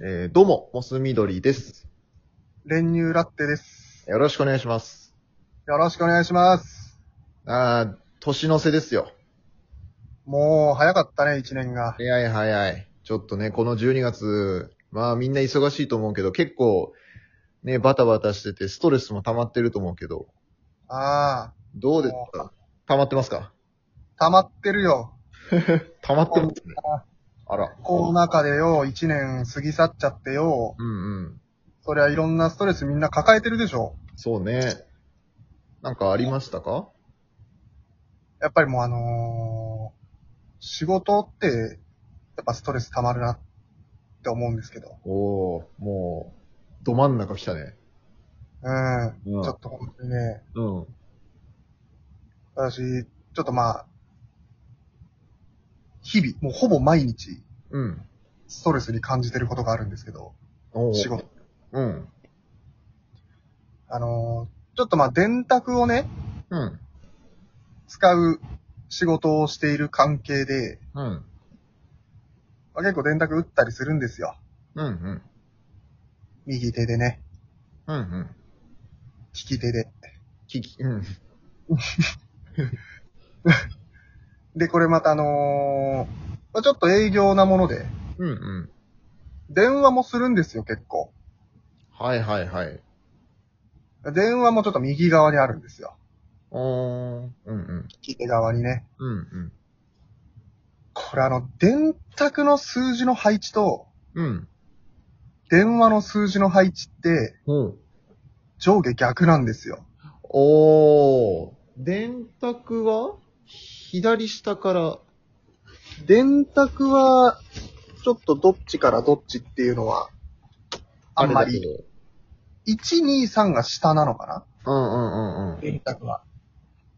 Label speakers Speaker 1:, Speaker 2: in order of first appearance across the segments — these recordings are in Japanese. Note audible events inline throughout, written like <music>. Speaker 1: えー、どうも、モス緑です。
Speaker 2: 練乳ラッテです。
Speaker 1: よろしくお願いします。
Speaker 2: よろしくお願いします。
Speaker 1: あー、年の瀬ですよ。
Speaker 2: もう、早かったね、一年が。
Speaker 1: 早い早い。ちょっとね、この12月、まあみんな忙しいと思うけど、結構、ね、バタバタしてて、ストレスも溜まってると思うけど、
Speaker 2: あ
Speaker 1: どうですか溜まってますか
Speaker 2: あ、溜まってるよ。
Speaker 1: 溜まってますね。あら。
Speaker 2: コロナ禍でよ、一年過ぎ去っちゃってよ、
Speaker 1: うんうん。
Speaker 2: そりゃいろんなストレスみんな抱えてるでしょ。
Speaker 1: そうね。なんかありましたか
Speaker 2: やっぱりもうあのー仕事って、やっぱストレス溜まるなって思うんですけど。
Speaker 1: おー、もう、ど真ん中来たね。
Speaker 2: うん。
Speaker 1: うん
Speaker 2: ちょっと本当にね、
Speaker 1: うん。
Speaker 2: 私、ちょっとまあ、日々、もうほぼ毎日、
Speaker 1: うん。
Speaker 2: ストレスに感じてることがあるんですけど、
Speaker 1: おー
Speaker 2: 仕事。。
Speaker 1: うん。
Speaker 2: あのーちょっとまあ電卓をね、
Speaker 1: うん。
Speaker 2: 使う仕事をしている関係で、
Speaker 1: うん。
Speaker 2: まあ、結構電卓打ったりするんですよ。
Speaker 1: うんうん。
Speaker 2: 右手でね、
Speaker 1: うんうん。
Speaker 2: 利き手で。
Speaker 1: 聞き、うん。
Speaker 2: で、これまたあのーまあ、ちょっと営業なもので、
Speaker 1: うんうん。
Speaker 2: 電話もするんですよ、結構。
Speaker 1: はいはいはい。
Speaker 2: 電話もちょっと右側にあるんですよ。
Speaker 1: おーん。うんうん。
Speaker 2: 利き手側にね。
Speaker 1: うんうん。
Speaker 2: これあの、電卓の数字の配置と、
Speaker 1: うん。
Speaker 2: 電話の数字の配置って、
Speaker 1: うん。
Speaker 2: 上下逆なんですよ。
Speaker 1: おー。電卓は左下から。
Speaker 2: 電卓は、ちょっとどっちからどっちっていうのは、あんまり、
Speaker 1: れだけ
Speaker 2: 1、2、3が下なのかな
Speaker 1: ど。うんうんうんうん。
Speaker 2: 電卓は。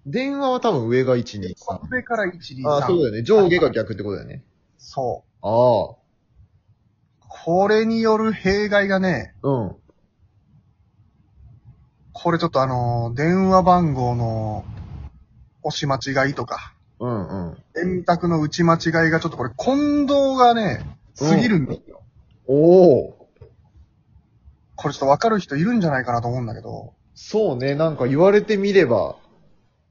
Speaker 1: 電話は多分上が1、2、3。
Speaker 2: 上から1、2、3。
Speaker 1: あー、そうだよね。上下が逆ってことだよね。
Speaker 2: そう。
Speaker 1: あー。
Speaker 2: これによる弊害がね、
Speaker 1: うん。
Speaker 2: これちょっとあのー電話番号の押し間違いとか、
Speaker 1: うんうん。
Speaker 2: 電卓の打ち間違いがちょっとこれ混同がね、すぎるんですよ。
Speaker 1: おー。
Speaker 2: これちょっとわかる人いるんじゃないかなと思うんだけど、
Speaker 1: そうね。なんか言われてみれば。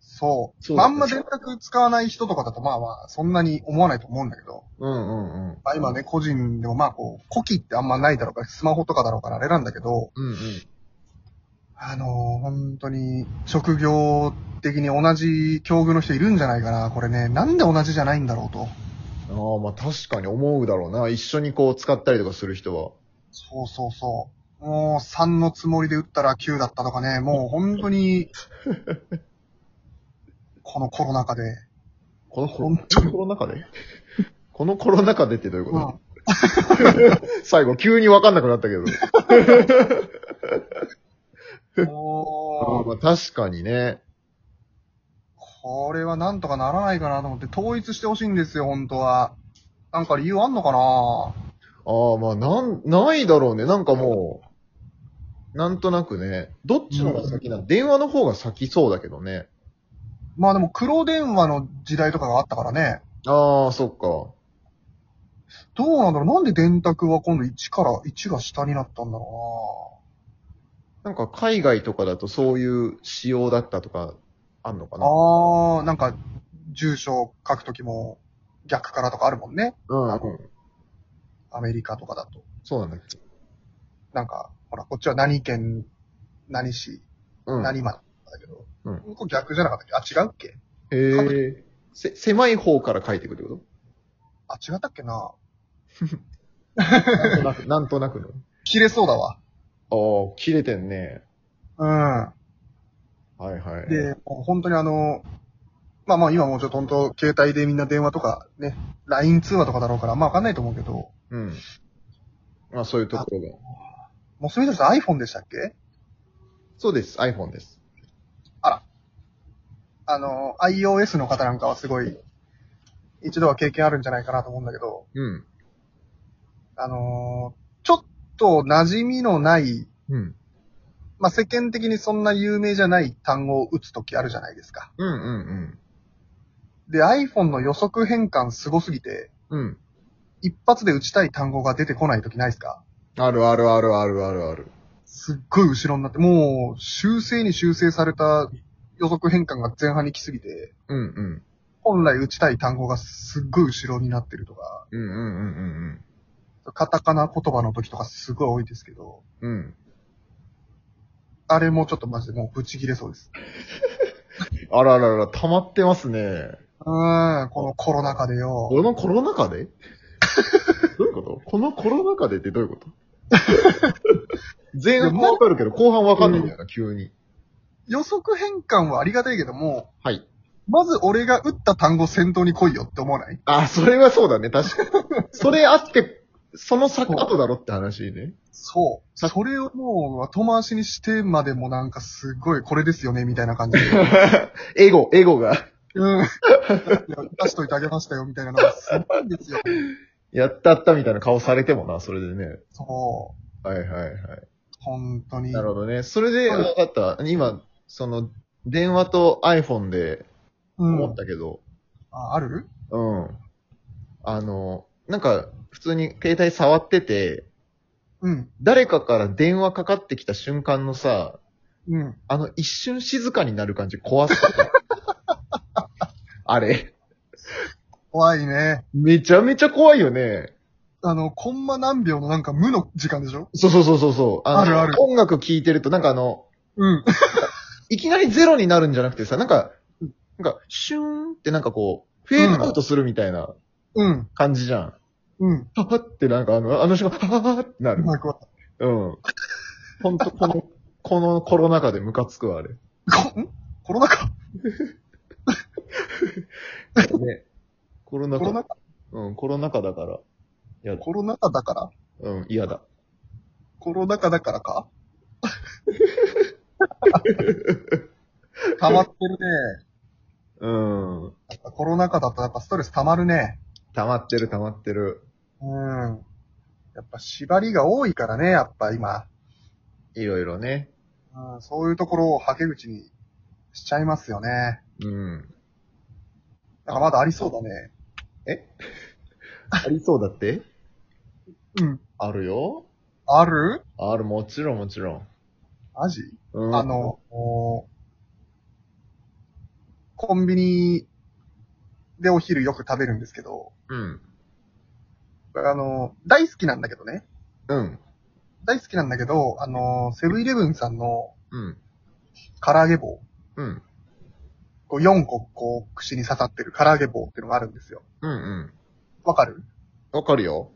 Speaker 2: そう。
Speaker 1: そう
Speaker 2: まああんま電卓使わない人とかだとまあまあ、そんなに思わないと思うんだけど、
Speaker 1: うんうんうん。
Speaker 2: まあ今ね、個人でもまあこう、コキってあんまないだろうから、スマホとかだろうからあれなんだけど、
Speaker 1: うんうん。
Speaker 2: あのー本当に、職業的に同じ境遇の人いるんじゃないかな。これね、なんで同じじゃないんだろうと。
Speaker 1: ああ、まあ確かに思うだろうな。一緒にこう使ったりとかする人は。
Speaker 2: そうそうそう。もう3のつもりで打ったら9だったとかね、もう本当に、このコロナ禍で、
Speaker 1: このコロコロナ禍
Speaker 2: <laughs>
Speaker 1: でこのコロナ禍でってどういうこと、
Speaker 2: まあ、
Speaker 1: 最後、急にわかんなくなったけど。
Speaker 2: もう
Speaker 1: まあ確かにね。
Speaker 2: これはなんとかならないかなと思って、統一してほしいんですよ、本当は。なんか理由あんのかな
Speaker 1: ああ、まあ、なん、ないだろうね。なんかもう、なんとなくね。どっちの方が先なの、電話の方が先そうだけどね。
Speaker 2: まあでも黒電話の時代とかがあったからね。
Speaker 1: ああ、そっか。
Speaker 2: どうなんだろうなんで電卓は今度1から、1が下になったんだろ
Speaker 1: なんか海外とかだとそういう仕様だったとか、あんのか
Speaker 2: うな
Speaker 1: な
Speaker 2: あー、なんか、住所書くときも逆からとかあるもんね。
Speaker 1: うん、うん。
Speaker 2: アメリカとかだと。
Speaker 1: そうなんだっけ。
Speaker 2: なんか、ほら、こっちは何県、何市、
Speaker 1: うん。へ
Speaker 2: 何町だけど。
Speaker 1: うん
Speaker 2: 向こう逆じゃなかったっけあ、違うっけ
Speaker 1: え。せ、狭い方から書いていくって
Speaker 2: <laughs>
Speaker 1: こ
Speaker 2: あ、違ったっけな
Speaker 1: となんとなく、なんとなくの。
Speaker 2: 切れそうだわ。
Speaker 1: ああ、切れてんね。
Speaker 2: うん。
Speaker 1: はいはい。
Speaker 2: で、もう本当にあの、まあまあ今もうちょっと本当、携帯でみんな電話とかね、LINE 通話とかだろうから、まあわかんないと思うけど、
Speaker 1: うん。まあそういうところが。
Speaker 2: もうそれさん iPhone でしたっけ
Speaker 1: そうです。iPhone です。
Speaker 2: あの、iOS の方なんかはすごい、一度は経験あるんじゃないかなと思うんだけど、
Speaker 1: うん。
Speaker 2: あのーちょっと馴染みのない、
Speaker 1: うん。
Speaker 2: まあ、世間的にそんな有名じゃない単語を打つときあるじゃないですか。
Speaker 1: うんうん
Speaker 2: で、iPhone の予測変換すごすぎて、
Speaker 1: うん。うん。
Speaker 2: 一発で打ちたい単語が出てこないときないですか
Speaker 1: あるあるあるあるあるある。
Speaker 2: すっごい後ろになって、もう修正に修正された予測変換が前半に来すぎて、
Speaker 1: うんうん。
Speaker 2: 本来打ちたい単語がすっごい後ろになってるとか、
Speaker 1: うんうんうんうん
Speaker 2: カタカナ言葉の時とかすごい多いですけど、
Speaker 1: うん。うん。
Speaker 2: あれもちょっとマジでもうブチ切れそうです。
Speaker 1: あらららら、溜まってますね。
Speaker 2: うーん、このコロナ禍で
Speaker 1: こ
Speaker 2: よ。
Speaker 1: のコロナ禍で <laughs> どういうことこのコロナ禍でってどういうこと <laughs> 前半わかるけど、後半わかんないんだよな、急に。
Speaker 2: 予測変換はありがたいけども、
Speaker 1: はい。
Speaker 2: まず俺が打った単語先頭に来いよって思わない
Speaker 1: あ、それはそうだね、確かに。それあって、その先
Speaker 2: そう
Speaker 1: 後だろって話ね。
Speaker 2: そう。それをもう後回しにしてまでもなんかすごいこれですよねみたいな感
Speaker 1: <laughs>
Speaker 2: じで。
Speaker 1: エゴ、エゴが。
Speaker 2: うん。出しといてあげましたよ、みたいなのがすごいんですよ。
Speaker 1: やったったみたいな顔されてもな、それでね。
Speaker 2: そ
Speaker 1: はいはいはい。
Speaker 2: う。本当に。
Speaker 1: なるほどね。それで、わかった。今、その、電話と iPhone で
Speaker 2: う
Speaker 1: 思
Speaker 2: ん
Speaker 1: っ。たけど、
Speaker 2: あ、ある
Speaker 1: うん。あの、なんか、普通に携帯触ってて、
Speaker 2: うん。
Speaker 1: 誰かから電話かかってきた瞬間のさ、
Speaker 2: うん。
Speaker 1: あの一瞬静かになる感じ怖す <laughs> ぎないあれ、
Speaker 2: 怖いね。
Speaker 1: めちゃめちゃ怖いよね。
Speaker 2: あの、コンマ何秒のなんか無の時間でしょ
Speaker 1: そうそうそうそうそう。の
Speaker 2: あるある
Speaker 1: 音楽聴いてると、なんかあの、
Speaker 2: うん。
Speaker 1: いきなりゼロになるんじゃなくてさ、なんか、なんか、シューンってなんかこう、フェードアウトするみたいな
Speaker 2: うん。
Speaker 1: 感じじゃん。
Speaker 2: うん。
Speaker 1: ははってなんかあの、あの人が、はははってなる。
Speaker 2: なんか、こ
Speaker 1: うん。ほんと、この、このコロナ禍でムカつくわ、あれ。
Speaker 2: んコロナ禍
Speaker 1: ね。コロナ
Speaker 2: コロナ
Speaker 1: 禍。
Speaker 2: 禍
Speaker 1: うん、コロナ禍だから。やだ。
Speaker 2: コロナ禍だから
Speaker 1: うん、嫌だ。
Speaker 2: コロナ禍だからか溜まってるね。
Speaker 1: うん。
Speaker 2: やっぱコロナ禍だとやっぱストレス溜まるね。
Speaker 1: 溜まってる溜まってる。
Speaker 2: うん。やっぱ縛りが多いからね、やっぱ今。
Speaker 1: いろいろね。
Speaker 2: うんそういうところをはけ口にしちゃいますよね。
Speaker 1: うん。
Speaker 2: なんかまだありそうだね。
Speaker 1: ありそうだって
Speaker 2: うん。
Speaker 1: あるよ。
Speaker 2: ある
Speaker 1: ある、もちろんもちろん。
Speaker 2: マジ、
Speaker 1: うん。
Speaker 2: あ、の、おコンビニでお昼よく食べるんですけど、
Speaker 1: うん。
Speaker 2: あの、大好きなんだけどね。
Speaker 1: うん。
Speaker 2: 大好きなんだけど、あの、セブンイレブンさんの
Speaker 1: うん。
Speaker 2: 唐揚げ棒、
Speaker 1: うん。
Speaker 2: こう4個こう串に刺さってる唐揚げ棒っていうのがあるんですよ。
Speaker 1: うん。うん。
Speaker 2: わかる
Speaker 1: わかるよ。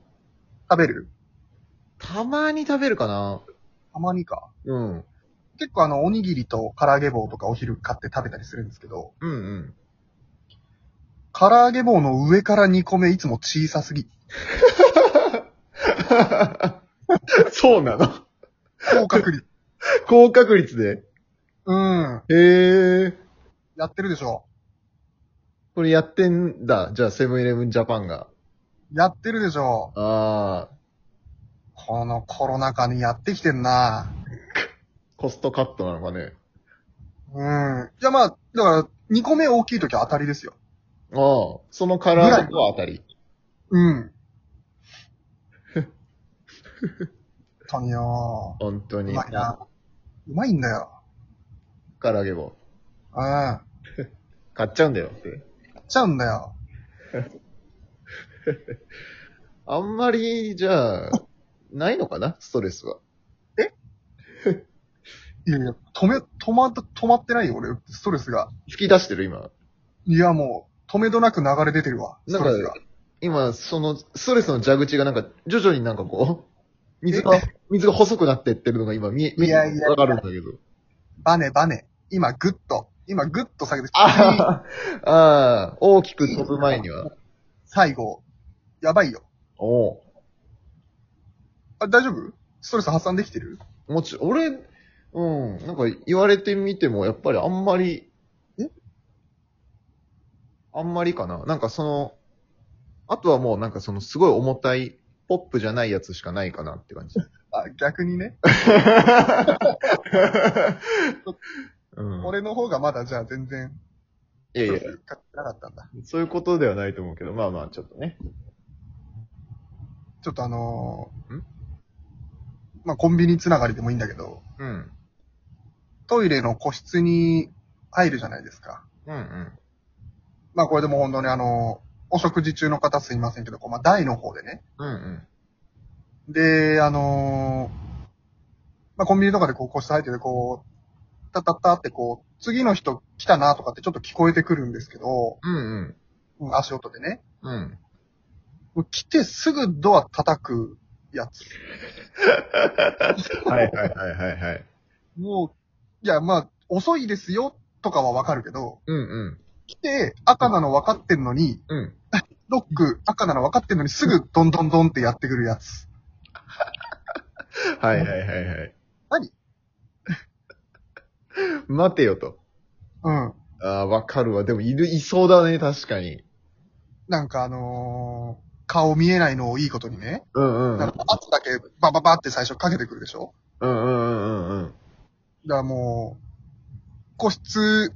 Speaker 2: 食べる
Speaker 1: たまに食べるかな。
Speaker 2: たまにか。
Speaker 1: うん。
Speaker 2: 結構あの、おにぎりと唐揚げ棒とかお昼買って食べたりするんですけど、
Speaker 1: うんうん。
Speaker 2: 唐揚げ棒の上から2個目いつも小さすぎ。
Speaker 1: <laughs> そうなの
Speaker 2: 高確率。
Speaker 1: 高確率で。
Speaker 2: うん。
Speaker 1: へえ。
Speaker 2: やってるでしょ。
Speaker 1: これやってんだ。じゃあ、セブンイレブンジャパンが。
Speaker 2: やってるでしょ。
Speaker 1: ああ、
Speaker 2: このコロナ禍にやってきてんな。
Speaker 1: コストカットなのかね。
Speaker 2: うん。じゃあまあ、だから、2個目大きい時は当たりですよ。
Speaker 1: ああ、そのカラーのあたり。 <laughs>
Speaker 2: うん。本当によ。
Speaker 1: 本当
Speaker 2: う
Speaker 1: に。
Speaker 2: まいな。うまいんだよ。
Speaker 1: 唐揚げ棒。
Speaker 2: うん。や
Speaker 1: 買っちゃうんだよって。
Speaker 2: っちゃうんだよ。
Speaker 1: あんまり、じゃあ、ないのかなストレスは。
Speaker 2: いやいや、止め、止まった、止まってないよ、俺。ストレスが。
Speaker 1: 吹き出してる今。
Speaker 2: いや、もう、止めどなく流れ出てるわ。ス
Speaker 1: なん
Speaker 2: ト
Speaker 1: か
Speaker 2: レスが。
Speaker 1: 今、その、ストレスの蛇口がなんか、徐々になんかこう、水が、水が細くなってってるのが今見え、見
Speaker 2: い
Speaker 1: え
Speaker 2: やいやいや
Speaker 1: わかるんだけど。
Speaker 2: バネバネ。今グッと、今グッと下げて、
Speaker 1: ああ、 <laughs> ああ、大きく飛ぶ前には。
Speaker 2: 最後、やばいよ。
Speaker 1: おう
Speaker 2: あ、大丈夫ストレス発散できてる
Speaker 1: もち、俺、うん、なんか言われてみても、やっぱりあんまり、
Speaker 2: え
Speaker 1: あんまりかな。なんかその、あとはもうなんかそのすごい重たい、ポップじゃないやつしかないかなって感じ。
Speaker 2: あ、逆にね。
Speaker 1: うん、
Speaker 2: 俺の方がまだじゃあ全然、
Speaker 1: いやいや
Speaker 2: スト、レスかかってなかったんだ。
Speaker 1: そういうことではないと思うけど、まあまあ、ちょっとね。
Speaker 2: ちょっとあのー
Speaker 1: ん
Speaker 2: まあコンビニつながりでもいいんだけど、
Speaker 1: うん。
Speaker 2: トイレの個室に入るじゃないですか。
Speaker 1: うんうん。
Speaker 2: まあこれでも本当にあの、お食事中の方すいませんけど、こうまあ台の方でね。
Speaker 1: うんうん。
Speaker 2: で、あのーまあコンビニとかでこう個室入っててこう、タタタってこう、次の人来たなとかってちょっと聞こえてくるんですけど、
Speaker 1: うんうん。
Speaker 2: うん足音でね。
Speaker 1: うん。
Speaker 2: もう来てすぐドア叩くやつ。
Speaker 1: はいはいはいはいはい。
Speaker 2: もう、いや、まあ、遅いですよとかはわかるけど、
Speaker 1: うんうん。
Speaker 2: 来て赤なの分かってんのに、
Speaker 1: うん。
Speaker 2: ロック赤なの分かってんのにすぐドンドンドンってやってくるやつ。
Speaker 1: はいはいはいはい。
Speaker 2: 何
Speaker 1: 待てよと。
Speaker 2: うん。
Speaker 1: ああ、わかるわ。でも、いる、いそうだね、確かに。
Speaker 2: なんかあのー顔見えないのをいいことにね、
Speaker 1: うんうん。う
Speaker 2: なん
Speaker 1: ん
Speaker 2: か圧だけバババって最初かけてくるでしょ
Speaker 1: うんうんうん <laughs> うん。
Speaker 2: だからもう、個室、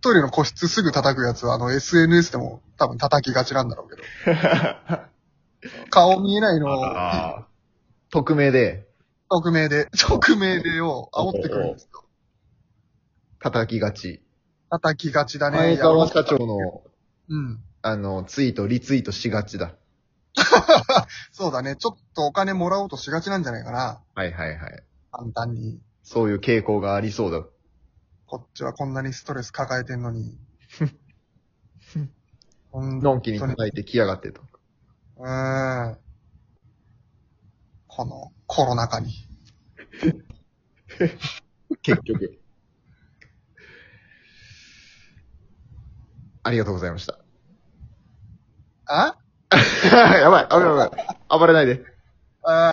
Speaker 2: トイレの個室すぐ叩くやつはあの SNS でも多分叩きがちなんだろうけど、顔見えないのを
Speaker 1: ああ。匿名で
Speaker 2: 匿名で、匿名でを煽ってくるんですよ。
Speaker 1: 叩きがち。
Speaker 2: 叩きがちだね。
Speaker 1: 前
Speaker 2: いや
Speaker 1: 川社長の、
Speaker 2: うん。
Speaker 1: あの、ツイート、リツイートしがちだ。
Speaker 2: そうだね。ちょっとお金もらおうとしがちなんじゃないかな。
Speaker 1: はいはいはい。
Speaker 2: 簡単に。
Speaker 1: そういう傾向がありそうだ。
Speaker 2: こっちはこんなにストレス抱えてんのに。ほん
Speaker 1: のんきに叩いてきやがってと。
Speaker 2: うーん。このコロナ禍に。
Speaker 1: 結局。ありがとうございました。 <laughs>
Speaker 2: あ
Speaker 1: やばい、危ない危ない。暴れないで。
Speaker 2: あー